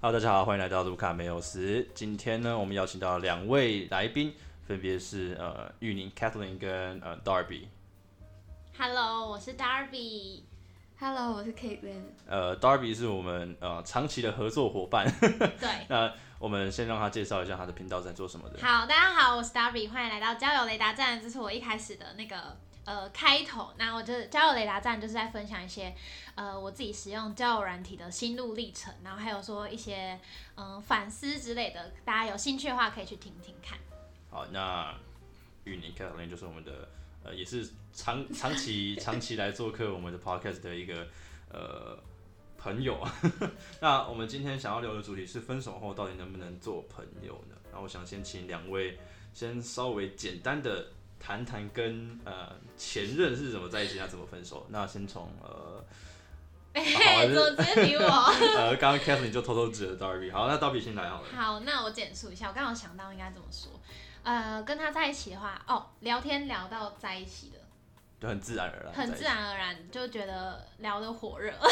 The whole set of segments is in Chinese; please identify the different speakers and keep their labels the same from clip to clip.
Speaker 1: Hello，大家好，欢迎来到卢卡没有时。今天呢，我们邀请到两位来宾，分别是呃玉宁 Kathleen 跟呃 Darby。
Speaker 2: Hello，我是 Darby。
Speaker 3: Hello，我是 Caitlin。
Speaker 1: 呃，Darby 是我们呃长期的合作伙伴。
Speaker 2: 对，
Speaker 1: 那我们先让他介绍一下他的频道在做什么的。
Speaker 2: 好，大家好，我是 Darby，欢迎来到交友雷达站，这是我一开始的那个呃开头。那我就是交友雷达站，就是在分享一些呃我自己使用交友软体的心路历程，然后还有说一些嗯、呃反思之类的，大家有兴趣的话可以去听听看。
Speaker 1: 好，那玉宁 Kathleen 就是我们的呃也是长长期长期来做客我们的 Podcast 的一个呃朋友。 那我们今天想要聊的主题是分手后到底能不能做朋友呢？然后我想先请两位先稍微简单的谈谈跟呃前任是怎么在一起，他怎么分手。那先从呃
Speaker 2: 哎、
Speaker 1: 好啊
Speaker 2: 怎么直接提我？
Speaker 1: 呃刚刚 Kathleen 就偷偷指了 Darby，好，那 Darby 先来好了。
Speaker 2: 好，那我简述一下，我刚刚有想到应该怎么说。呃，跟他在一起的话，哦，聊天聊到在一起的，
Speaker 1: 就很自然而然，
Speaker 2: 很自。然而然就觉得聊得火热，然 后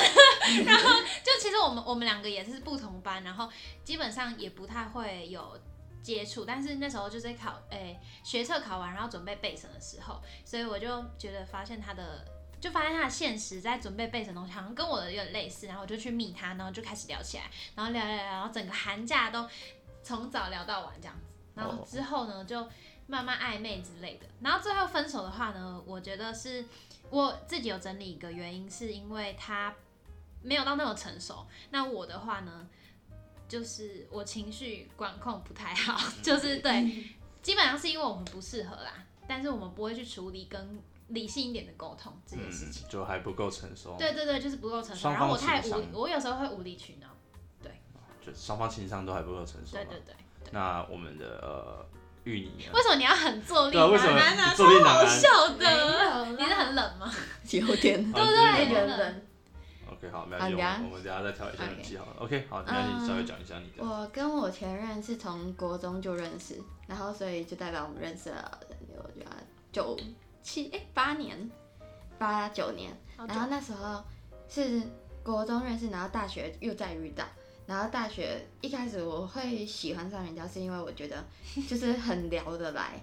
Speaker 2: 就其实我们我们两个也是不同班，然后基本上也不太会有接触，但是那时候就是考诶、学测考完，然后准备备审的时候，所以我就觉得发现他的。就发现他的现实在准备备审的东西，好像跟我的有点类似，然后我就去密他，然后就开始聊起来，然后聊聊聊，然后整个寒假都从早聊到晚这样子，然后
Speaker 1: 哦
Speaker 2: 之后呢就慢慢暧昧之类的，然后最后分手的话呢，我觉得是我自己有整理一个原因，是因为他没有到那么成熟。那我的话呢，就是我情绪管控不太好， 就是对，基本上是因为我们不适合啦，但是我们不会去处理跟理性一点的沟通这件
Speaker 1: 嗯
Speaker 2: 事情。，
Speaker 1: 就还不够成熟。
Speaker 2: 对对对，就是不够成熟，
Speaker 1: 双
Speaker 2: 然
Speaker 1: 方
Speaker 2: 后我太
Speaker 1: 情商
Speaker 2: 无，我有时候会无理取闹。
Speaker 1: 就双方情商都还不够成熟嘛
Speaker 2: 对。对对，
Speaker 1: 那我们的呃芋泥呢
Speaker 2: 为？什么你要很坐立
Speaker 1: 对啊，为什么
Speaker 2: 难啊？
Speaker 1: 坐立
Speaker 2: 好
Speaker 1: 难安
Speaker 2: 笑
Speaker 3: 没有
Speaker 2: 的
Speaker 3: 啦，
Speaker 2: 你是很冷吗？
Speaker 3: 有点
Speaker 1: 对
Speaker 2: 对
Speaker 3: 人冷。
Speaker 1: 啊？OK，好，没关
Speaker 3: 好
Speaker 1: 系，
Speaker 3: 你
Speaker 1: 我
Speaker 3: 等下
Speaker 1: 们我们等下再挑一些问题好了。OK，好，没关系，
Speaker 3: 嗯
Speaker 1: 稍微讲一下你的。
Speaker 3: 我跟我前任是从国中就认识，然后所以就代表我们认识了，我觉得九七哎八年，八九年。
Speaker 2: 好嗯久
Speaker 3: 然后那时候是国中认识，然后大学又再遇到。然后大学一开始我会喜欢上人家，是因为我觉得就是很聊得来，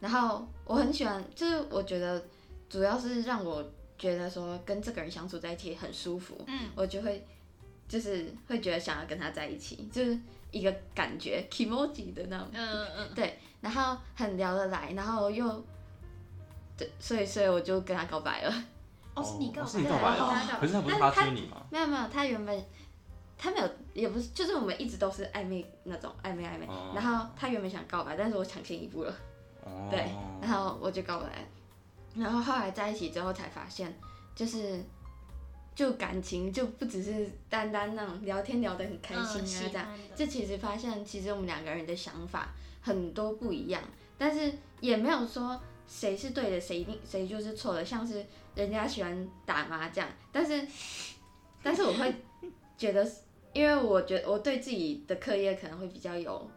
Speaker 3: 然后我很喜欢，就是我觉得主要是让我觉得说跟这个人相处在一起很舒服，
Speaker 2: 嗯，
Speaker 3: 我就会就是会觉得想要跟他在一起，就是一个感觉 k i m o j i 的那种
Speaker 2: 嗯嗯，
Speaker 3: 然后很聊得来，然后又，对，所以所以我就跟他告白了。
Speaker 2: 哦，是你告
Speaker 1: 哦
Speaker 2: 白，
Speaker 1: 是你告白
Speaker 3: 对
Speaker 1: 的，可是他不是他
Speaker 3: 但是他
Speaker 1: 追你吗？
Speaker 3: 没有没有，他原本他没有，也不是，就是我们一直都是暧昧那种暧昧暧昧。
Speaker 1: 哦
Speaker 3: 然后他原本想告白，但是我抢先一步了，
Speaker 1: 哦，
Speaker 3: 对，然后我就告白了。然后后来在一起之后才发现，就是就感情就不只是单单那种聊天聊得很开心
Speaker 2: 嗯
Speaker 3: 啊
Speaker 2: 喜
Speaker 3: 这样，
Speaker 2: 欢的
Speaker 3: 就其实发现，其实我们两个人的想法很多不一样，但是也没有说谁是对的，谁一定谁就是错的。像是人家喜欢打麻将，但是但是我会觉得，因为我觉得我对自己的课业可能会比较有，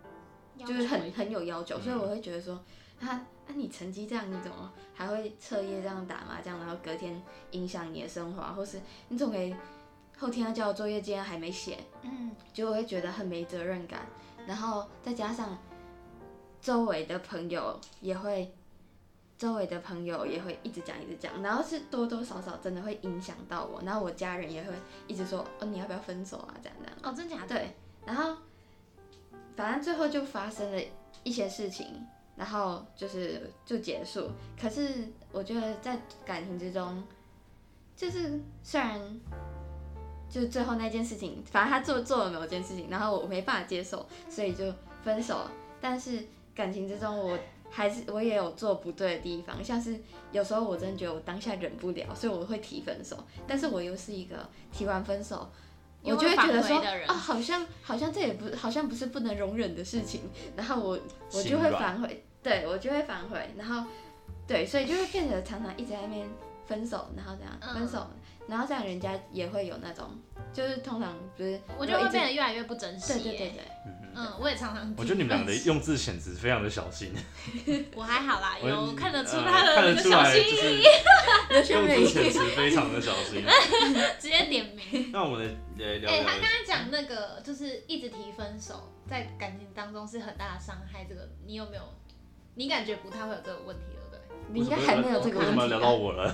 Speaker 2: 要
Speaker 3: 就是
Speaker 2: 求
Speaker 3: 很
Speaker 2: 一
Speaker 3: 很有要求，
Speaker 1: 嗯
Speaker 3: 所以我会觉得说，啊啊你成绩这样，你怎么还会彻夜这样打麻将，然后隔天影响你的生活啊，或是你总给后天要交的作业今天还没写，
Speaker 2: 嗯
Speaker 3: 就会觉得很没责任感，然后再加上周围的朋友也会，周围的朋友也会一直讲一直讲，然后是多多少少真的会影响到我，然后我家人也会一直说哦你要不要分手啊这样这样，
Speaker 2: 哦，真假的？
Speaker 3: 对，然后反正最后就发生了一些事情，然后就是就结束。可是我觉得在感情之中，就是虽然就最后那件事情，反正他做做了某件事情，然后我没办法接受，所以就分手了。但是感情之中我。还是我也有做不对的地方，像是有时候我真的觉得我当下忍不了，所以我会提分手。但是我又是一个提完分手，我
Speaker 2: 又
Speaker 3: 就
Speaker 2: 会
Speaker 3: 会觉得
Speaker 2: 反
Speaker 3: 说
Speaker 2: 悔的人
Speaker 3: 啊，好像好像这也不好像不是不能容忍的事情， 然后我我
Speaker 1: 心
Speaker 3: 就会
Speaker 1: 软
Speaker 3: 反悔，对我就会反悔，然后对，所以就会变得常常一直在那边分手，然后这样
Speaker 2: 嗯
Speaker 3: 分手，然后这样人家也会有那种，就是通常不是
Speaker 2: 我觉得
Speaker 3: 如
Speaker 2: 会
Speaker 3: 果
Speaker 2: 变
Speaker 3: 一直
Speaker 2: 得越来越不珍惜。
Speaker 3: 对对对，对，
Speaker 1: 嗯，
Speaker 2: 嗯，我也常常听。
Speaker 1: 我觉得你们俩的用字遣词非常的小心，
Speaker 2: 哎我还好啦，
Speaker 1: 我
Speaker 2: 有看得出
Speaker 1: 呃
Speaker 2: 他
Speaker 1: 看得
Speaker 2: 的
Speaker 1: 出
Speaker 2: 小
Speaker 1: 来
Speaker 2: 心
Speaker 1: 就
Speaker 2: 翼
Speaker 1: 是
Speaker 2: 翼，
Speaker 3: 有些
Speaker 1: 用
Speaker 3: 美
Speaker 1: 字遣词非常的小心。
Speaker 2: 直接点名。
Speaker 1: 那我们来聊
Speaker 2: 哎、
Speaker 1: 聊
Speaker 2: 他刚才讲那个就是一直提分手，在感情当中是很大的伤害。这个你有没有？你感觉不太会有这个问题，对不对？
Speaker 3: 你应该还没有这个
Speaker 1: 为什
Speaker 3: 问题、
Speaker 1: 么要
Speaker 3: 啊。
Speaker 1: 聊到我了？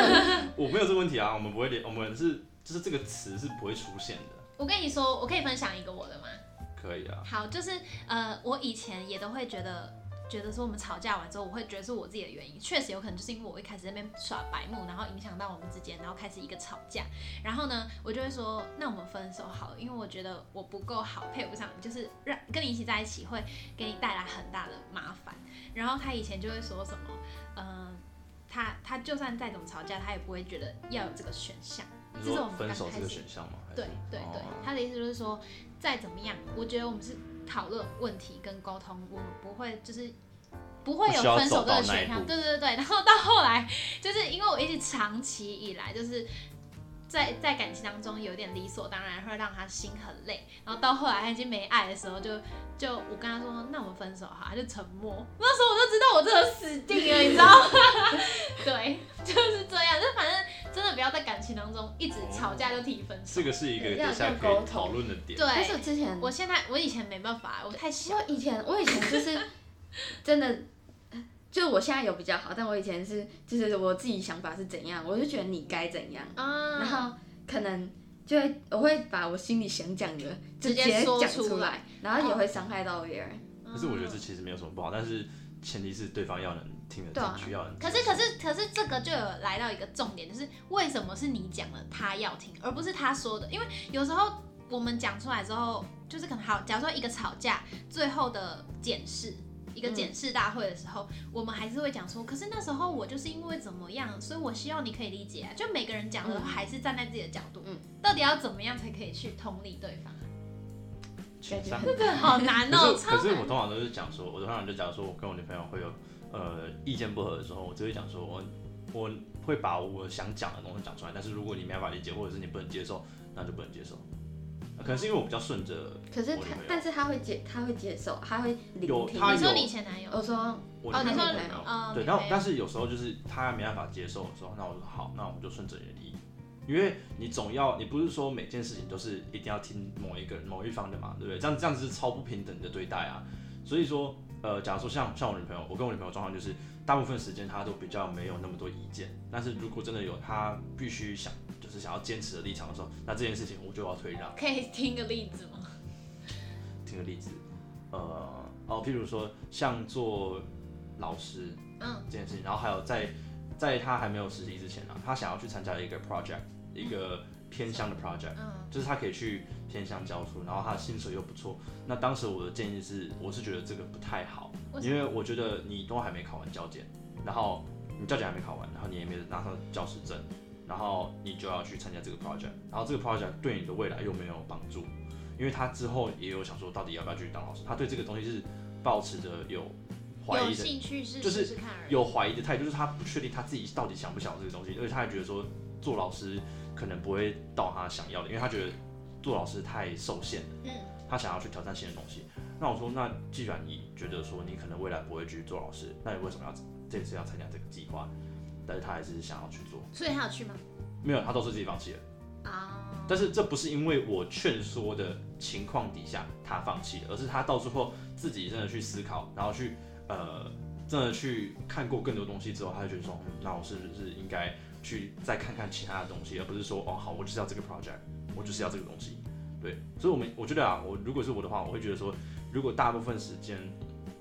Speaker 1: 我没有这个问题啊，我们不会聊，我们是就是这个词是不会出现的，
Speaker 2: 我跟你说，我可以分享一个我的吗？
Speaker 1: 可以啊。
Speaker 2: 好，就是呃，我以前也都会觉得，觉得说我们吵架完之后，我会觉得是我自己的原因，确实有可能就是因为我一开始在那边耍白目，然后影响到我们之间，然后开始一个吵架，然后呢，我就会说，那我们分手好了，因为我觉得我不够好，配不上你，就是让跟你一起在一起会给你带来很大的麻烦。然后他以前就会说什么，嗯、他他就算再怎么吵架，他也不会觉得要有这个选项。
Speaker 1: 你
Speaker 2: 这是
Speaker 1: 说
Speaker 2: 我们
Speaker 1: 分手
Speaker 2: 刚
Speaker 1: 这
Speaker 2: 开
Speaker 1: 个
Speaker 2: 始
Speaker 1: 选项吗？还是
Speaker 2: 对对对，
Speaker 1: 哦
Speaker 2: 他的意思就是说，再怎么样，我觉得我们是讨论问题跟沟通，我们不会就是不会有分手这个
Speaker 1: 不需要走
Speaker 2: 选项。
Speaker 1: 到那一步
Speaker 2: 对对对，然后到后来，就是因为我一直长期以来就是。在在感情当中有点理所当然，会让他心很累。然后到后来他已经没爱的时候就，就我跟他说：“那我们分手哈。”他就沉默。那时候我就知道我真的死定了，你知 道吗？对，就是这样。就反正真的不要在感情当中一直吵架就提分手。
Speaker 1: 这个是一个
Speaker 3: 要
Speaker 1: 等下
Speaker 3: 要
Speaker 1: 可
Speaker 3: 沟
Speaker 1: 以
Speaker 3: 通
Speaker 1: 讨论的点。
Speaker 3: 但是我
Speaker 2: 对，
Speaker 3: 之前
Speaker 2: 我现在我以前没办法，我太小
Speaker 3: 我。以前我以前就是真的，就我现在有比较好，但我以前是就是我自己想法是怎样，我就觉得你该怎样，
Speaker 2: 啊
Speaker 3: 然后可能就会我会把我心里想讲的就
Speaker 2: 直接说
Speaker 3: 讲
Speaker 2: 出哦
Speaker 3: 来，然后也会伤害到别人。
Speaker 1: 可是我觉得这其实没有什么不好，但是前提是对方要能听得
Speaker 2: 对啊
Speaker 1: 进去，要能。
Speaker 2: 可是可是可是这个就有来到一个重点，就是为什么是你讲了他要听，而不是他说的？因为有时候我们讲出来之后，就是可能好，假如说一个吵架最后的检视。一
Speaker 3: 嗯
Speaker 2: 个检视大会的时候，我们还是会讲说，可是那时候我就是因为怎么样，所以我希望你可以理解啊。就每个人讲的
Speaker 3: 嗯
Speaker 2: 还是站在自己的角度，
Speaker 3: 嗯
Speaker 2: 到底要怎么样才可以去同理对方？
Speaker 1: 情商
Speaker 3: 感觉很
Speaker 2: 这个好难哦、
Speaker 1: 可是
Speaker 2: 超
Speaker 1: 可是
Speaker 2: 难
Speaker 1: 我通常都是讲说，我通常就假如说我跟我女朋友会有呃意见不合的时候，我就会讲说我我会把我想讲的东西讲出来，但是如果你没办法理解或者是你不能接受，那就不能接受。啊可能是因为我比较顺着
Speaker 3: 可是
Speaker 1: 我女
Speaker 3: 他
Speaker 1: 朋友，
Speaker 3: 但是他会接，他会接受，他会聆
Speaker 1: 有
Speaker 3: 听。
Speaker 1: 他
Speaker 2: 你说
Speaker 1: 有
Speaker 2: 你前男友
Speaker 3: 我说
Speaker 1: 我
Speaker 2: 哦
Speaker 1: 女朋
Speaker 2: 你说
Speaker 1: 友女朋友
Speaker 2: 嗯
Speaker 1: 对，
Speaker 2: 你
Speaker 1: 然后
Speaker 2: 没有
Speaker 1: 但是有时候就是他没办法接受的时候，那我就说好，那我们就顺着你的意，因为你总要，你不是说每件事情都是一定要听某一个人某一方的嘛，对不对？这样这样子是超不平等的对待啊。所以说，呃，假如说像像我女朋友，我跟我女朋友状况就是，大部分时间她都比较没有那么多意见，但是如果真的有她必须想就是想要坚持的立场的时候，那这件事情我就要退让。
Speaker 2: 可以听个例子吗？
Speaker 1: 听个例子，呃，哦，譬如说像做老师，
Speaker 2: 嗯，
Speaker 1: 这件事情，然后还有在在他还没有实习之前啊，他想要去参加一个 project，一个偏乡的 project，
Speaker 2: 嗯
Speaker 1: 就是他可以去偏乡教书，然后他的薪水又不错。那当时我的建议是，我是觉得这个不太好，
Speaker 2: 为什
Speaker 1: 因为我觉得你都还没考完教检，然后你教检还没考完，然后你也没拿上教师证，然后你就要去参加这个 project，然后这个 project 对你的未来又没有帮助，因为他之后也有想说到底要不要去当老师，他对这个东西是抱持着有怀
Speaker 2: 有
Speaker 1: 疑的
Speaker 2: 兴趣是
Speaker 1: 就是
Speaker 2: 试试看而已。
Speaker 1: 有怀疑的态度，就是他不确定他自己到底想不想要这个东西，而且他还觉得说做老师可能不会到他想要的，因为他觉得做老师太受限了，
Speaker 2: 嗯，
Speaker 1: 他想要去挑战新的东西。那我说，那既然你觉得说你可能未来不会继续做老师，那你为什么要这次要参加这个计划？但是他还是想要去做，
Speaker 2: 所以他有去吗？
Speaker 1: 没有，他都是自己放弃了。
Speaker 2: 啊，
Speaker 1: 但是这不是因为我劝说的情况底下他放弃了，而是他到最后自己真的去思考，然后去呃，真的去看过更多东西之后，他就觉得说，嗯那我是不是应该去再看看其他的东西，而不是说哦好，我就是要这个 project，我就是要这个东西。对，所以我们我觉得啊，我如果是我的话，我会觉得说，如果大部分时间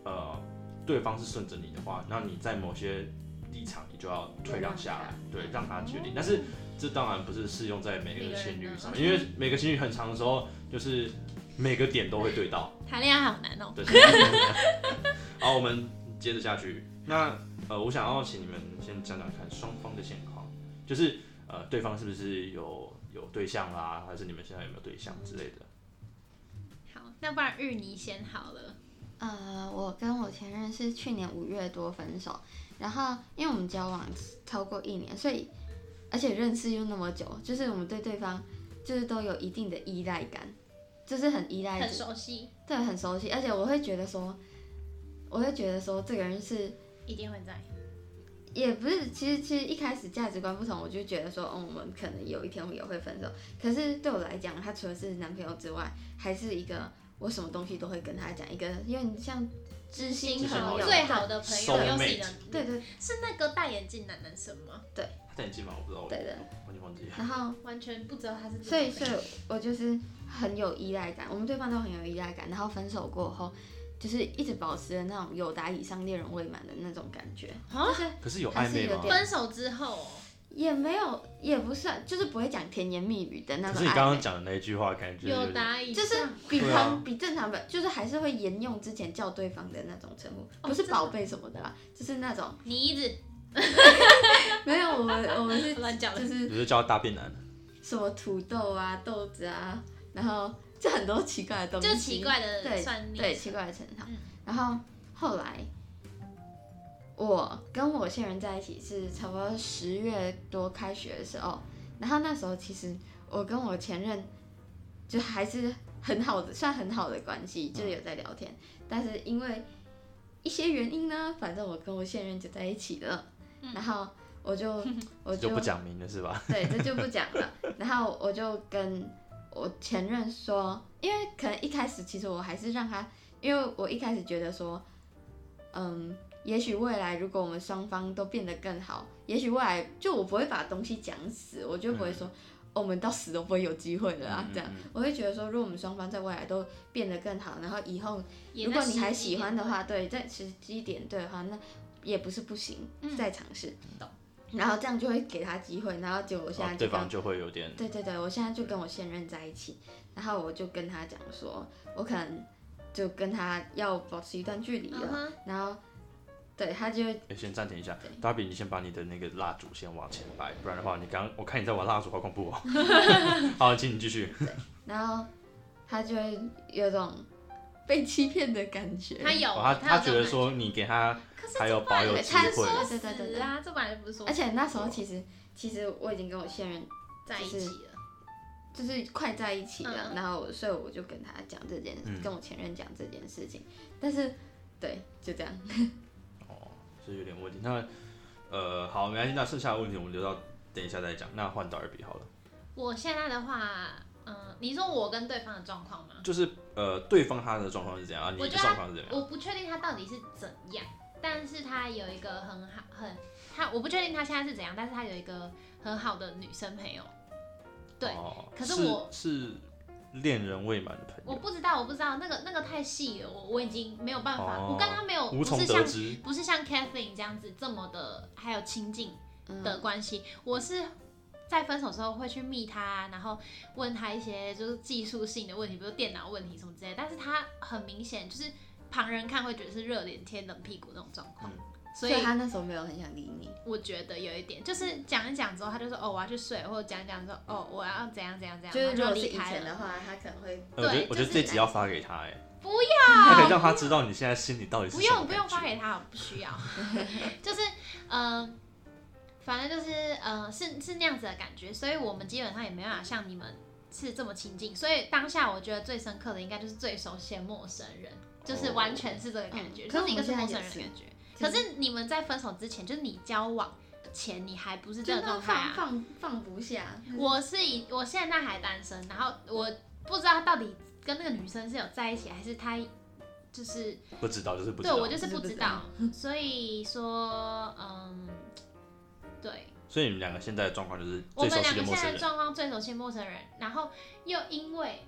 Speaker 1: 呃对方是顺着你的话，那你在某些立场你就要退让下来，对，让他决定。但是这当然不是适用在每个情侣上面，因为
Speaker 3: 嗯
Speaker 1: 每个情侣很长的时候，就是每个点都会对到。
Speaker 2: 谈恋爱好难哦、
Speaker 1: 对。 好，我们接着下去。那呃，我想要请你们先讲讲看双方的现况，就是呃，对方是不是有有对象啊啦，还是你们现在有没有对象之类的？
Speaker 2: 好，那不然芋泥先好了。
Speaker 3: 呃，我跟我前任是去年五月多分手，然后因为我们交往超过一年，所以而且认识又那么久，就是我们对对方就是都有一定的依赖感，就是很依赖
Speaker 2: 很
Speaker 3: 哎对
Speaker 2: 熟悉，
Speaker 3: 对，很熟悉，而且我会觉得说，我会觉得说这个人是
Speaker 2: 一定会在。
Speaker 3: 也不是，其实其实一开始价值观不同，我就觉得说，嗯，我们可能有一天也会分手。可是对我来讲，他除了是男朋友之外，还是一个我什么东西都会跟他讲，一个因为你像知心
Speaker 1: 知心
Speaker 3: 朋
Speaker 1: 好
Speaker 3: 友，
Speaker 1: 友
Speaker 2: 最好的朋友
Speaker 1: Soulmate
Speaker 2: 又是你的，
Speaker 3: 对，对
Speaker 2: 是那个戴眼镜男男生吗？
Speaker 1: 他戴眼镜吗？我不知道，我
Speaker 3: 对的。
Speaker 1: 我已经忘记了。
Speaker 3: 然后
Speaker 2: 完全不知道他是这
Speaker 3: 所
Speaker 2: 种人。
Speaker 3: 以，所以我就是很有依赖感，我们对方都很有依赖感。然后分手过后，就是一直保持着那种友达以上恋人未满的那种感觉，
Speaker 2: 啊
Speaker 3: 就是
Speaker 1: 可是有
Speaker 3: 还
Speaker 1: 暧
Speaker 3: 是
Speaker 1: 昧
Speaker 3: 有
Speaker 1: 吗？
Speaker 3: 点
Speaker 2: 分手之后哦，
Speaker 3: 也没有，也不算，就是不会讲甜言蜜语的那
Speaker 1: 可
Speaker 3: 种
Speaker 1: 是你
Speaker 3: 暧
Speaker 1: 刚
Speaker 3: 昧
Speaker 1: 刚。讲的那一句话，感觉
Speaker 2: 有
Speaker 1: 点
Speaker 3: 啊
Speaker 2: 答以
Speaker 3: 就是
Speaker 2: 上
Speaker 3: 比
Speaker 1: 对
Speaker 3: 常、
Speaker 1: 啊
Speaker 3: 比正常本，就是还是会沿用之前叫对方的那种称呼，
Speaker 2: 哦
Speaker 3: 不是
Speaker 2: 真的
Speaker 3: 宝贝什么的啦，就是那种
Speaker 2: 你一直
Speaker 3: 没有我们我们是
Speaker 2: 乱讲了
Speaker 3: 就是
Speaker 1: 你就叫他大便男，
Speaker 3: 什么土豆啊、豆子啊，然后就很多奇怪的东西，
Speaker 2: 就奇怪的
Speaker 3: 对
Speaker 2: 算命，
Speaker 3: 对奇怪的称号。
Speaker 2: 嗯
Speaker 3: 然后后来我跟我现任在一起是差不多十月多开学的时候，然后那时候其实我跟我前任就还是很好的，算很好的关
Speaker 2: 嗯
Speaker 3: 系，就是有在聊天，但是因为一些原因呢，反正我跟我现任就在一起了，
Speaker 2: 嗯
Speaker 3: 然后 我就我
Speaker 1: 就不讲明了是吧？
Speaker 3: 对，这就不讲了。然后我就跟我前任说，因为可能一开始其实我还是让他，因为我一开始觉得说，嗯，也许未来如果我们双方都变得更好，也许未来就我不会把东西讲死，我就不会说、哦我们到死都不会有机会了啊、
Speaker 1: 嗯嗯
Speaker 3: 这样
Speaker 1: 嗯。
Speaker 3: 我会觉得说，如果我们双方在未来都变得更好，然后以后
Speaker 2: 也
Speaker 3: 如果
Speaker 2: 在
Speaker 3: 你还
Speaker 2: 时机
Speaker 3: 喜欢的
Speaker 2: 点
Speaker 3: 话，对，在时机点对的话，那也不是不行，
Speaker 2: 嗯
Speaker 3: 再尝试
Speaker 2: 懂。
Speaker 3: 然后这样就会给他机会，然后结果我现
Speaker 1: 然后
Speaker 3: 在就
Speaker 1: 哦对
Speaker 3: 跟
Speaker 1: 方就会有点
Speaker 3: 对对对，我现在就跟我现任在一起，然后我就跟他讲说，我可能就跟他要保持一段距离
Speaker 2: 嗯
Speaker 3: 了
Speaker 2: 哼
Speaker 3: 然后对他就
Speaker 1: 哎、先暂停一下
Speaker 3: 对，
Speaker 1: 大比，你先把你的那个蜡烛先往前摆，不然的话，你刚我看你在玩蜡烛，好恐怖哦。 好，请你继续。
Speaker 2: 哦
Speaker 3: 然后他就会有种被欺骗的感觉，
Speaker 2: 他有
Speaker 1: 哦、他
Speaker 2: 他有
Speaker 1: 觉得
Speaker 2: 这种感
Speaker 1: 说你给他
Speaker 2: 可是
Speaker 1: 还有保有
Speaker 2: 哎
Speaker 3: 对
Speaker 1: 机
Speaker 3: 他
Speaker 1: 会，
Speaker 3: 说
Speaker 2: 对对
Speaker 3: 对对对哎
Speaker 2: 对
Speaker 3: 对，
Speaker 2: 啊，这本来不是说
Speaker 3: 而且那时候其实其实我已经跟我现任
Speaker 2: 在一起了，
Speaker 3: 就是快在一起了，
Speaker 2: 嗯
Speaker 3: 然后所以我就跟他讲这件，
Speaker 1: 嗯
Speaker 3: 跟我前任讲这件事情，但是对就这样，
Speaker 1: 是有点问题。那呃，好，没关系，那剩下的问题我们留到等一下再讲。那换到二比好了，
Speaker 2: 我现在的话，嗯、你说我跟对方的状况吗？
Speaker 1: 就是呃，对方他的状况是怎样，啊你的
Speaker 2: 我觉得
Speaker 1: 状况是怎样？
Speaker 2: 我不确定他到底是怎样，但是他有一个很好很他，我不确定他现在是怎样，但是他有一个很好的女生朋友，对
Speaker 1: 哦、
Speaker 2: 可是
Speaker 1: 是
Speaker 2: 我
Speaker 1: 是恋人未满的朋
Speaker 2: 我
Speaker 1: 友，
Speaker 2: 不知道我不知道那个那个太细了，我我已经没有办法，
Speaker 1: 哦
Speaker 2: 我跟他没有
Speaker 1: 无
Speaker 2: 不
Speaker 1: 从
Speaker 2: 是
Speaker 1: 得
Speaker 2: 像
Speaker 1: 知。
Speaker 2: 不是像 Kathleen 这样子这么的还有亲近
Speaker 3: 嗯，
Speaker 2: 的关系，我是在分手之后会去密他，啊然后问他一些就是技术性的问题，比如电脑问题什么之类的，但是他很明显就是旁人看会觉得是热脸贴冷屁股那种状况，所
Speaker 3: 嗯所
Speaker 2: 以
Speaker 3: 以他嗯那时候没有很想理你，
Speaker 2: 我觉得有一点就是讲一讲之后，他就说哦我要去睡，或者讲一讲之后哦我要怎样怎样怎样，
Speaker 3: 就是如
Speaker 2: 然后
Speaker 3: 果
Speaker 2: 就是离
Speaker 3: 以
Speaker 2: 开
Speaker 3: 前的
Speaker 2: 了。
Speaker 3: 话，他可能会
Speaker 1: 呃我觉得
Speaker 2: 对
Speaker 1: 我觉
Speaker 2: 就
Speaker 1: 得
Speaker 2: 是
Speaker 1: 这集要发给他哎、
Speaker 2: 不
Speaker 1: 要，他可以让他知道你现在心里到底是
Speaker 2: 不
Speaker 1: 什么
Speaker 2: 用
Speaker 1: 感
Speaker 2: 不
Speaker 1: 觉
Speaker 2: 用发给他，不需要。 就是嗯、呃反正就是呃，是是那样子的感觉，所以我们基本上也没办法像你们是这么亲近。所以当下我觉得最深刻的应该就是最熟悉的陌生人，就是完全是这个感觉，就是一个
Speaker 3: 嗯可是我
Speaker 2: 陌
Speaker 3: 们
Speaker 2: 生
Speaker 3: 现在
Speaker 2: 人的
Speaker 3: 也
Speaker 2: 感觉。
Speaker 3: 是
Speaker 2: 可是你们在分手之前，就是你交往前，你还不是这
Speaker 3: 就
Speaker 2: 个
Speaker 3: 那
Speaker 2: 状态
Speaker 3: 放
Speaker 2: 啊。
Speaker 3: 放放不下。
Speaker 2: 我是以我现在还单身，然后我不知道他到底跟那个女生是有在一起，还是他就是
Speaker 1: 不知道就是不知
Speaker 2: 对
Speaker 1: 道。
Speaker 2: 我就是
Speaker 3: 就是
Speaker 2: 不
Speaker 3: 不
Speaker 2: 知
Speaker 3: 知
Speaker 2: 道，所以说，嗯，对，
Speaker 1: 所以你们两个现在的状况就是
Speaker 2: 我
Speaker 1: 最熟
Speaker 2: 们两
Speaker 1: 悉
Speaker 2: 个
Speaker 1: 的陌
Speaker 2: 现在
Speaker 1: 生
Speaker 2: 的
Speaker 1: 人。
Speaker 2: 状况最熟悉陌生人，然后又因为，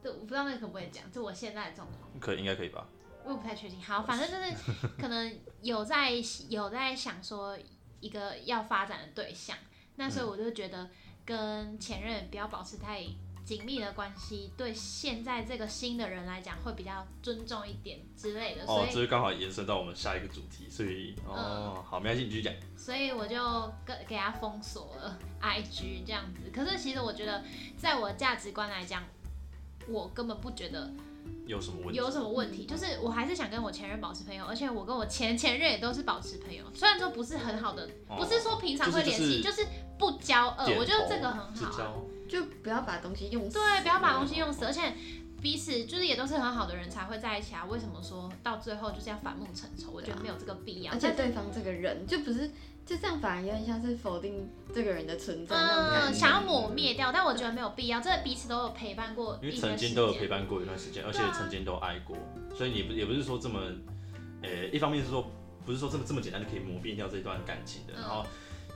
Speaker 2: 对，我不知道那个可不可以讲，就我现在的状况，
Speaker 1: 可应该可以吧？
Speaker 2: 我也不太确定。好，反正就是 可能有在有在想说一个要发展的对象，那
Speaker 1: 嗯
Speaker 2: 所以我就觉得跟前任不要保持太紧密的关系，对现在这个新的人来讲会比较尊重一点之类的，所
Speaker 1: 哦
Speaker 2: 以，嗯
Speaker 1: 这就刚好延伸到我们下一个主题，所以哦，好，没关系，你继续讲。
Speaker 2: 所以我就跟给他封锁了 IG 这样子。可是其实我觉得，在我价值观来讲，我根本不觉得
Speaker 1: 有什么问题？
Speaker 2: 有什么问题，就是我还是想跟我前任保持朋友，而且我跟我前前任也都是保持朋友，虽然说不是很好的，
Speaker 1: 哦
Speaker 2: 不是说平常会联系，
Speaker 1: 就
Speaker 2: 就是不交恶，
Speaker 1: 点
Speaker 2: 我觉得
Speaker 1: 头
Speaker 2: 这个很
Speaker 1: 之
Speaker 2: 好啊、
Speaker 1: 交
Speaker 3: 就不要把东西用死。
Speaker 2: 对，不要把东西用死，而且彼此就是也都是很好的人才会在一起啊。为什么说到最后就是要反目成仇？我觉得没有这个必要。
Speaker 3: 而且对方这个人就不是，就这样反而有点像是否定这个人的存在那种感
Speaker 2: 嗯，
Speaker 3: 觉。
Speaker 2: 想要抹灭掉，但我觉得没有必要。真的彼此都有陪伴过
Speaker 1: 因
Speaker 2: 一
Speaker 1: 为
Speaker 2: 些
Speaker 1: 曾
Speaker 2: 时
Speaker 1: 经都有
Speaker 2: 间
Speaker 1: 陪伴过一段时间，而且
Speaker 2: 对啊
Speaker 1: 曾经都爱过，所以你不也不是说这么，呃、一方面是说不是说这么这么简单就可以磨灭掉这段感情的，
Speaker 2: 嗯
Speaker 1: 然后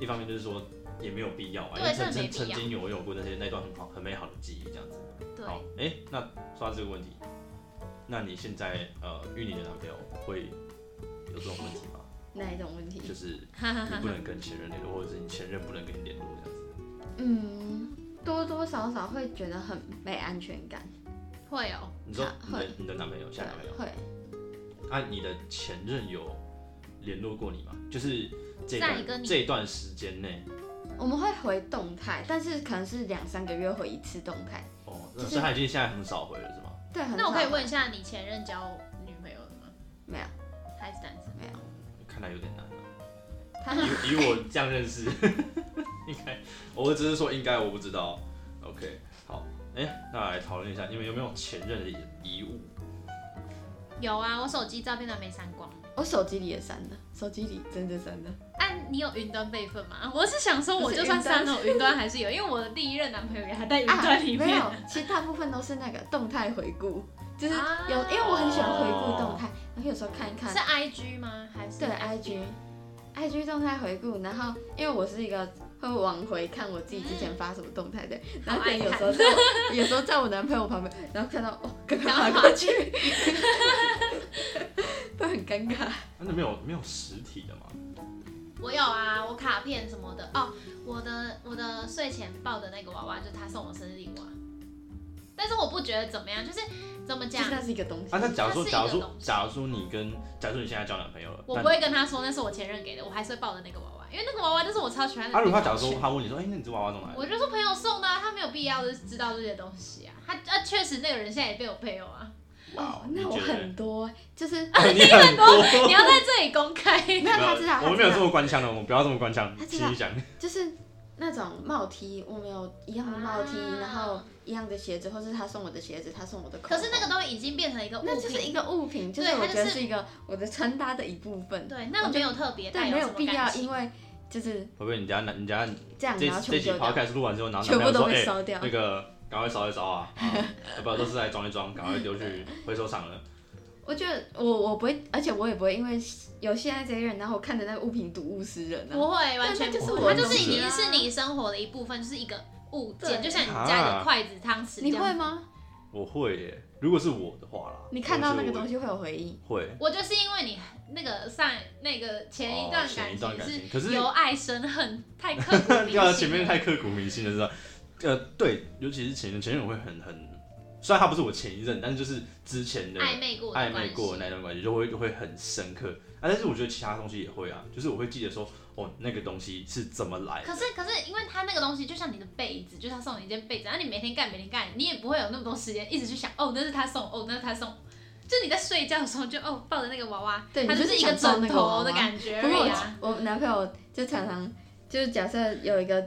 Speaker 1: 一方面就是说也没有必要嘛，啊
Speaker 2: 对
Speaker 1: 因为曾
Speaker 2: 真的
Speaker 1: 曾
Speaker 2: 没必要
Speaker 1: 曾经有有过那些那段很好很美好的记忆这样子。
Speaker 2: 对，
Speaker 1: 好，哎、那说到这个问题，那你现在呃遇你的男朋友会有这种问题吗？
Speaker 3: 哪一种问题？
Speaker 1: 就是你不能跟前任联络，或者是你前任不能跟你联络这样子。
Speaker 3: 嗯，多多少少会觉得很没安全感。
Speaker 2: 会哦。
Speaker 1: 你说你的
Speaker 3: 会
Speaker 1: 你的男朋友，现在男朋友，
Speaker 3: 会，
Speaker 1: 啊，你的前任有联络过你吗？就是这
Speaker 2: 在
Speaker 1: 段
Speaker 2: 跟你
Speaker 1: 这一段时间内，
Speaker 3: 我们会回动态，但是可能是两三个月回一次动态。
Speaker 1: 哦，
Speaker 3: 就是
Speaker 1: 所以他已经现在很少回了，是吗？
Speaker 3: 对，很
Speaker 2: 那我可以
Speaker 3: 少
Speaker 2: 问一下，你前任交女朋友了吗？
Speaker 3: 没有？
Speaker 2: 还是单身？
Speaker 3: 没有，
Speaker 1: 看来有点难了。
Speaker 3: 他
Speaker 1: 以以我这样认识，应该，我只是说应该，我不知道。OK，好，哎、那来讨论一下，你们有没有前任的遗物？
Speaker 2: 有啊，我手机照片都还没删光。
Speaker 3: 我手机里也删了，手机里真的删了。
Speaker 2: 哎、你有云端备份吗？ 我是想说，我
Speaker 3: 不是
Speaker 2: 就算
Speaker 3: 云端
Speaker 2: 删了，我云端还是有，因为我的第一任男朋友也还在云
Speaker 3: 啊，
Speaker 2: 端
Speaker 3: 没
Speaker 2: 里 面。
Speaker 3: 有，其实大部分都是那个动态回顾，就是有，
Speaker 2: 啊
Speaker 3: 因为我很喜欢回顾动态，然后有时候看一看
Speaker 2: 是。IG 啊吗？还是
Speaker 3: 对，IG。IG 动态回顾，然后因为我是一个会往回看我自己之前发什么动态的
Speaker 2: 哦
Speaker 3: 人， 然后可能有时候在我有时候在我男朋友旁边，然后看到哦，赶快
Speaker 2: 赶快
Speaker 3: 划过去， 会很尴尬。
Speaker 1: 那没有没有实体的吗？
Speaker 2: 我有啊，我卡片什么的哦，我的我的睡前抱的那个娃娃就是他送我生日礼物啊，但是我不觉得怎么样，就是怎么
Speaker 3: 就
Speaker 2: 讲
Speaker 3: 是，那是一个东西
Speaker 1: 啊，，那假如说，假
Speaker 2: 它
Speaker 1: 如
Speaker 2: 是一
Speaker 1: 说
Speaker 2: 个东，西
Speaker 1: 假如说你跟，假如说你现在交男朋友了，
Speaker 2: 我
Speaker 1: 那
Speaker 2: 不会跟他说那是我前任给的，我还是会抱着那个娃娃，因为那个娃娃就是我超喜欢的。
Speaker 1: 啊，如果他假如说他问你说，哎、那你这娃娃从哪里来的？
Speaker 2: 我就说朋友送的啊、他没有必要就是知道这些东西啊，他啊确实那个人现在也被我朋 友啊，
Speaker 1: 哇
Speaker 3: 哦，那我
Speaker 1: 你觉得
Speaker 3: 很多，就是
Speaker 1: 哦 你很多，
Speaker 2: 你要在这里公开，
Speaker 3: 没有他知道，
Speaker 1: 我
Speaker 3: 他
Speaker 1: 们没有
Speaker 3: 知
Speaker 1: 这
Speaker 3: 道，
Speaker 1: 么官腔的，我们不要这么官腔，
Speaker 3: 他知道
Speaker 1: 请你讲。
Speaker 3: 就是那种帽 T，我们有一样的帽 T，
Speaker 2: 啊
Speaker 3: 然后一样的鞋子，或是他送我的鞋子，他送我的口
Speaker 2: 可
Speaker 3: 红。
Speaker 2: 是那个东西已经变成一个物
Speaker 3: 那就是
Speaker 2: 品，
Speaker 3: 一个物品，就是
Speaker 2: 对它
Speaker 3: 我
Speaker 2: 就
Speaker 3: 觉得
Speaker 2: 是
Speaker 3: 是一个我的穿搭的一部分，
Speaker 2: 对，那个没有特别带
Speaker 3: 但
Speaker 2: 有
Speaker 3: 没
Speaker 2: 什
Speaker 3: 有
Speaker 2: 么
Speaker 3: 必
Speaker 2: 感
Speaker 3: 要
Speaker 2: 情。
Speaker 3: 因为就是
Speaker 1: 会不会你等下拿你等下
Speaker 3: 这样，
Speaker 1: 这
Speaker 3: 然后
Speaker 1: 这
Speaker 3: 全部
Speaker 1: 集
Speaker 3: 丢掉，
Speaker 1: podcast 录完之后，然后
Speaker 3: 全部
Speaker 1: 男朋友
Speaker 3: 都
Speaker 1: 说，
Speaker 3: 被
Speaker 1: 哎、
Speaker 3: 烧掉。
Speaker 1: 那个赶快烧一烧啊，啊要不要都是来装一装，赶快丢 去回收厂了。
Speaker 3: 我觉得我我不会，而且我也不会因为有现在这些人，然后我看着那个物品睹物思人啊。
Speaker 2: 不会，完全
Speaker 3: 那就是
Speaker 2: 不会
Speaker 1: 我
Speaker 2: 它就是
Speaker 1: 的
Speaker 2: 已经
Speaker 3: 东西啊
Speaker 2: 是你生活的一部分，就是一个物件，
Speaker 3: 对
Speaker 2: 就像你家里
Speaker 1: 啊
Speaker 2: 的筷子、汤匙这
Speaker 3: 你会
Speaker 2: 样。
Speaker 3: 吗？
Speaker 1: 我会耶，如果是我的话啦，
Speaker 3: 你看到
Speaker 1: 我
Speaker 3: 那
Speaker 1: 觉
Speaker 3: 个
Speaker 1: 得
Speaker 3: 东西会有回应？
Speaker 1: 我会。
Speaker 2: 我就是因为你那个上那个前一段
Speaker 1: 哦前一段感情可
Speaker 2: 情
Speaker 1: 是
Speaker 2: 由爱生恨，太刻骨铭
Speaker 1: 对啊，前面
Speaker 2: 心了。
Speaker 1: 太刻骨铭心了，是吧？呃，对，尤其是前任，前任我会很很，虽然他不是我前一任，但是就是之前的
Speaker 2: 暧昧过的
Speaker 1: 暧昧
Speaker 2: 关
Speaker 1: 过的
Speaker 2: 系，
Speaker 1: 那段关系，就会就会很深刻啊。但是我觉得其他东西也会啊，就是我会记得说，哦，那个东西是怎么来的
Speaker 2: 可。是可是因为他那个东西就像你的被子，就是他送你一件被子，然后你每天盖每天盖，你也不会有那么多时间一直去想哦那是他送哦那是他送，就你在睡觉的时候就哦抱着那个娃娃，
Speaker 3: 对
Speaker 2: 它
Speaker 3: 你
Speaker 2: 就
Speaker 3: 就是是
Speaker 2: 一个
Speaker 3: 想抱
Speaker 2: 枕
Speaker 3: 那个娃
Speaker 2: 头
Speaker 3: 娃
Speaker 2: 的感觉
Speaker 3: 不
Speaker 2: 而
Speaker 3: 过
Speaker 2: 已
Speaker 3: 我
Speaker 2: 啊。
Speaker 3: 我男朋友就常常就是假设有一个，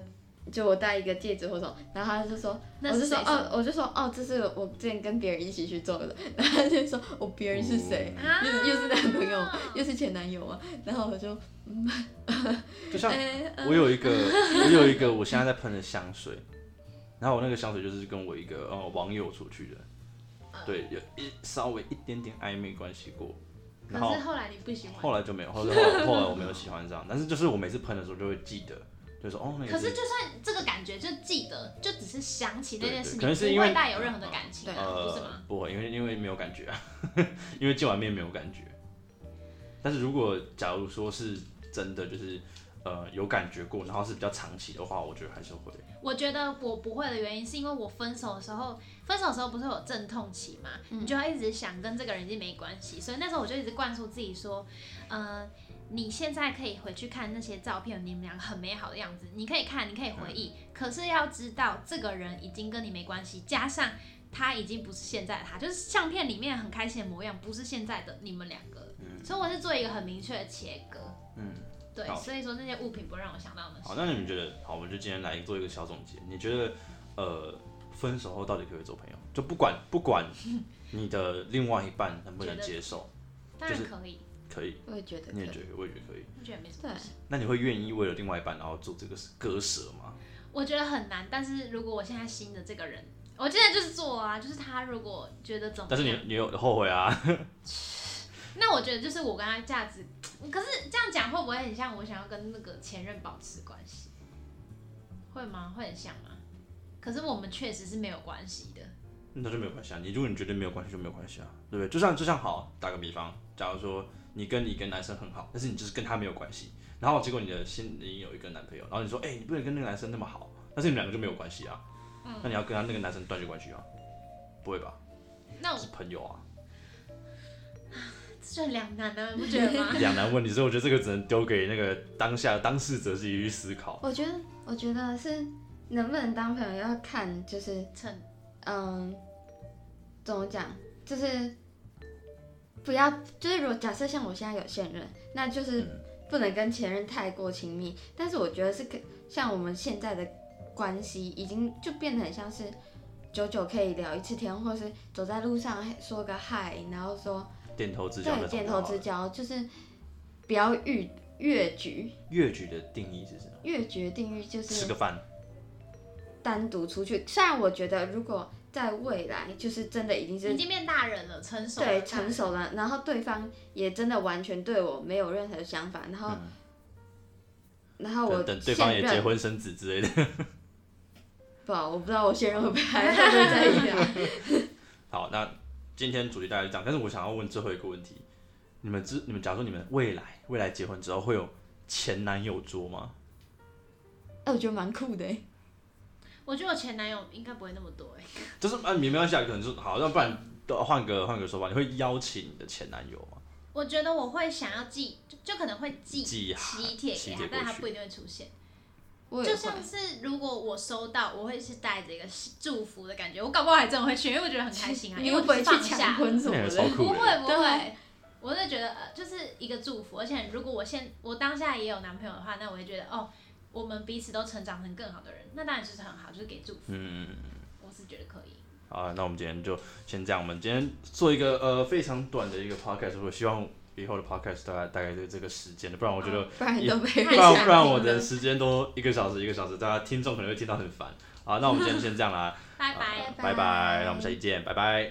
Speaker 3: 就我戴一个戒指或什么，然后他就说，我
Speaker 2: 那是谁
Speaker 3: 就说
Speaker 2: 送的
Speaker 3: 哦，我就说哦，这是我之前跟别人一起去做的， 然后他就说我别人是谁，
Speaker 2: 啊
Speaker 1: 哦
Speaker 3: 又是又是男朋友，又是前男友啊，然后我就
Speaker 1: 就像
Speaker 3: 哎、
Speaker 2: 嗯
Speaker 3: 呃
Speaker 1: 我有一个，我有一个，我现在在喷的香水，然后我那个香水就是跟我一个呃网友出去的，
Speaker 2: 嗯
Speaker 1: 对，有一稍微一点点暧昧关系过，然后
Speaker 2: 可是后来你不喜欢。
Speaker 1: 后来就没有， 后来后来后来我没有喜欢上，但是就是我每次喷的时候就会记得，就说哦那个。
Speaker 2: 可是就算这个感觉就记得，就只是想起那件
Speaker 1: 对
Speaker 2: 事，
Speaker 1: 对
Speaker 2: 你
Speaker 1: 可能是因
Speaker 2: 不
Speaker 1: 为
Speaker 2: 会带有任何的感情、啊，不是
Speaker 1: 呃
Speaker 2: 吗？，
Speaker 1: 不会，因为因为没有感觉啊， 因为见完面没有感觉。但是如果假如说是真的，就是呃有感觉过，然后是比较长期的话，我觉得还是会。
Speaker 2: 我觉得我不会的原因是因为我分手的时候，分手的时候不是有阵痛期嘛，
Speaker 1: 嗯
Speaker 2: 你就要一直想跟这个人已经没关系，所以那时候我就一直灌输自己说，呃，你现在可以回去看那些照片，你们两个很美好的
Speaker 1: 嗯
Speaker 2: 样子，你可以看，你可以回忆，可是要知道这个人已经跟你没关系，加上他已经不是现在的他，就是相片里面很开心的模样，不是现在的你们两个。
Speaker 1: 嗯
Speaker 2: 所以我是做一个很明确的切割。
Speaker 1: 嗯，
Speaker 2: 对，
Speaker 1: 好嗯
Speaker 2: 所以说那些物品不会让我想到那
Speaker 1: 好，
Speaker 2: 些。
Speaker 1: 那你们觉得，好，我们就今天来做一个小总结。你觉得，呃，分手后到底可不可以做朋友？就不管不管你的另外一半能不能
Speaker 2: 觉得
Speaker 1: 接受，
Speaker 2: 当
Speaker 1: 就
Speaker 2: 然
Speaker 1: 是
Speaker 2: 可以，
Speaker 1: 可以，
Speaker 3: 我也觉得可
Speaker 1: 你也
Speaker 3: 以。
Speaker 1: 觉得，我也觉得可以。
Speaker 2: 我觉得没什么
Speaker 3: 对
Speaker 2: 关系。
Speaker 1: 那你会愿意为了另外一半然后做这个割舍
Speaker 3: 嗯
Speaker 1: 吗？
Speaker 2: 我觉得很难，但是如果我现在新的这个人，我现在就是做啊，就是他如果觉得怎么样，
Speaker 1: 但是你你有后悔啊？
Speaker 2: 那我觉得就是我跟他价值，嗯可是这样讲会不会很像我想要跟那个前任保持关系？会吗？会很像吗？可是我们确实是没有关系的。
Speaker 1: 那就没有关系啊。你如果你觉得没有关系就没有关系啊，对不对？就像就像好，打个比方，假如说你跟你跟男生很好，但是你就是跟他没有关系，然后结果你的心里有一个男朋友，然后你说，哎、你不能跟那个男生那么好，但是你们两个就没有关系啊。
Speaker 3: 嗯
Speaker 1: 那你要跟他那个男生断绝关系吗？不会吧？
Speaker 3: 嗯
Speaker 2: 那我
Speaker 1: 是朋友啊，
Speaker 2: 这两难呢，你不觉得 吗？
Speaker 1: 两难问题，所以我觉得这个只能丢给那个当下当事者自己去思考。
Speaker 3: 我觉得，我觉得是能不能当朋友要看，就是
Speaker 2: 趁
Speaker 3: 嗯，怎么讲，就是不要，就是如果假设像我现在有现任，那就是
Speaker 1: 嗯
Speaker 3: 不能跟前任太过亲密。但是我觉得是可像我们现在的关系，已经就变得很像是久久可以聊一次天，或是走在路上说个嗨，然后说
Speaker 1: 点头之交那
Speaker 3: 对
Speaker 1: 种
Speaker 3: 点头之交，就是不要逾越局。
Speaker 1: 越剧的定义是什么？
Speaker 3: 越局的定义就是
Speaker 1: 吃个饭，
Speaker 3: 单独出去。虽然我觉得，如果在未来，就是真的已经是
Speaker 2: 已经变大人了，成熟了
Speaker 3: 对成熟了，然后对方也真的完全对我没有任何想法，然后、
Speaker 1: 嗯
Speaker 3: 然后我
Speaker 1: 等等对方也
Speaker 3: 现任
Speaker 1: 结婚生子之类的。
Speaker 3: 不好，我不知道我现任会不会还会不会在意啊？
Speaker 1: 好，那今天主题大概是这样，但是我想要问最后一个问题：你们之你们，假如说你们未来未来结婚之后会有前男友桌吗？
Speaker 3: 哎、我觉得蛮酷的欸，
Speaker 2: 我觉得我前男友应该不会那么多哎、
Speaker 1: 就是啊，你没关系啊，可能就是好，那不然呃换个换个说法，你会邀请你的前男友吗？
Speaker 2: 我觉得我会想要寄，就就可能会寄
Speaker 1: 寄函
Speaker 2: 喜帖
Speaker 1: 喜
Speaker 2: 给
Speaker 1: 帖
Speaker 2: 他，但
Speaker 1: 过
Speaker 2: 他
Speaker 1: 去
Speaker 2: 不一定会出现。
Speaker 3: 我也
Speaker 2: 就
Speaker 3: 会
Speaker 2: 像是如果我收到，我会是带着一个祝福的感觉，我搞不好还真的会去，因为我觉得很开心啊，
Speaker 3: 你
Speaker 2: 因
Speaker 3: 会
Speaker 2: 为
Speaker 3: 不
Speaker 2: 我
Speaker 3: 会
Speaker 2: 是
Speaker 3: 去
Speaker 2: 放
Speaker 3: 抢
Speaker 2: 下，
Speaker 3: 婚什
Speaker 1: 那
Speaker 3: 么
Speaker 1: 也超
Speaker 3: 的？
Speaker 1: 酷欸
Speaker 2: 不
Speaker 1: 的。
Speaker 2: 会不
Speaker 3: 对啊
Speaker 2: 会，我是觉得呃，就是一个祝福，而且如果我现我当下也有男朋友的话，那我会觉得哦，我们彼此都成长成更好的人，那当然就是很好，就是给祝福，
Speaker 1: 嗯，
Speaker 2: 我是觉得可以。
Speaker 1: 好，啊那我们今天就先这样。我们今天做一个呃非常短的一个 podcast，我希望以后的 podcast 大概大概就这个时间的，不然我觉得
Speaker 3: 不然你都被
Speaker 2: 也
Speaker 1: 不
Speaker 2: 太想
Speaker 1: 然
Speaker 2: 听
Speaker 1: 不然我
Speaker 2: 了
Speaker 1: 的时间都一个小时一个小时，大家听众可能会听到很烦。好，那我们今天先这样啦，
Speaker 2: 拜拜。
Speaker 1: 拜拜，那我们下期见，拜拜。